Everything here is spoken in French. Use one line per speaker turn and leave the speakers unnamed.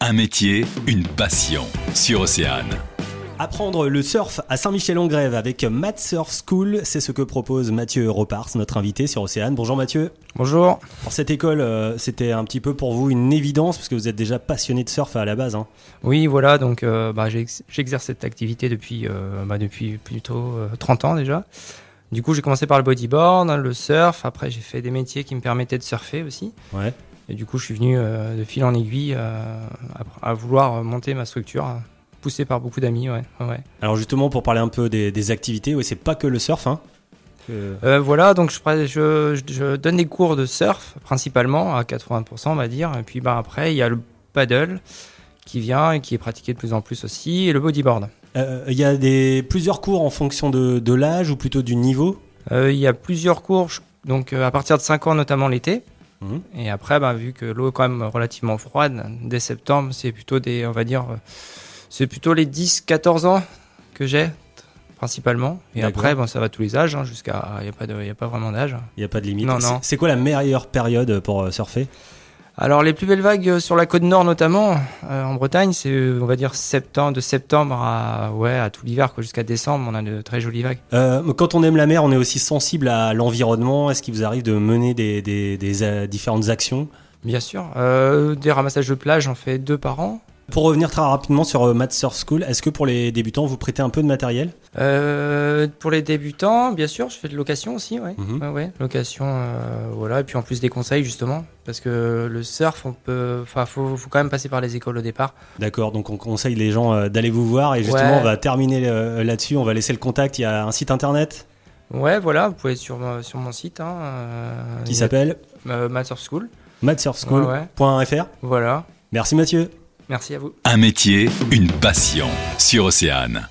Un métier, une passion sur Océane.
Apprendre le surf à Saint-Michel-en-Grève avec Math Surf School, c'est ce que propose Mathieu Repars, notre invité sur Océane. Bonjour Mathieu.
Bonjour.
Alors, cette école, euh, c'était un petit peu pour vous une évidence parce que vous êtes déjà passionné de surf à la base. hein.
Oui, voilà, donc euh, bah, j'ex- j'exerce cette activité depuis, euh, bah, depuis plutôt euh, 30 ans déjà. Du coup, j'ai commencé par le bodyboard, hein, le surf, après j'ai fait des métiers qui me permettaient de surfer aussi.
Ouais.
Et du coup, je suis venu euh, de fil en aiguille euh, à, à vouloir euh, monter ma structure, euh, poussé par beaucoup d'amis, ouais. ouais.
Alors justement, pour parler un peu des, des activités, oui, c'est pas que le surf. Hein. Euh,
Euh, voilà, donc je, pr- je, je- je donne des cours de surf principalement, à 80% on va dire. Et puis bah, après, il y a le paddle qui vient et qui est pratiqué de plus en plus aussi, et le bodyboard.
euh, Il y a des, plusieurs cours en fonction de, de l'âge ou plutôt du niveau.
Euh, il y a plusieurs cours, je- donc euh, à partir de 5 ans notamment l'été.
Mhm.
Et après, bah, vu que l'eau est quand même relativement froide, dès septembre, c'est plutôt des, on va dire, euh, c'est plutôt les 10-14 ans que j'ai principalement. Et
D'accord.
après, bon, ça va tous les âges, hein, jusqu'à, il n'y a, pas de- il y a pas vraiment d'âge.
Il n'y a pas de limite.
Non, non.
C'est- C'est quoi la meilleure période pour euh, surfer
Alors les plus belles vagues euh, sur la côte nord notamment, euh, en Bretagne, c'est euh, on va dire septembre, de septembre à ouais à tout l'hiver quoi, jusqu'à décembre, on a de très jolies vagues.
Euh, Quand on aime la mer, on est aussi sensible à l'environnement. Est-ce qu'il vous arrive de mener des, des- des, euh, différentes actions
Bien sûr, euh, des ramassages de plage, j'en fais deux par an.
Pour revenir très rapidement sur euh, Math Surf School, est-ce que pour les débutants, vous prêtez un peu de matériel
Euh, pour les débutants, bien sûr, je fais de location aussi, ouais.
Mhm.
Ouais, ouais, location, euh, voilà, et puis en plus des conseils justement, parce que le surf, on peut, enfin, faut, faut quand même passer par les écoles au départ.
D'accord, donc on conseille les gens euh, d'aller vous voir et justement
Ouais.
on va terminer euh, là-dessus, on va laisser le contact, il y a un site internet
Ouais, voilà, vous pouvez être sur mon- sur mon site, hein, euh,
qui s'appelle
euh, Math Surf School. Ouais, ouais.
mathsurfschool.fr.
Voilà,
Merci Mathieu.
merci à vous.
Un métier, une passion sur Océane.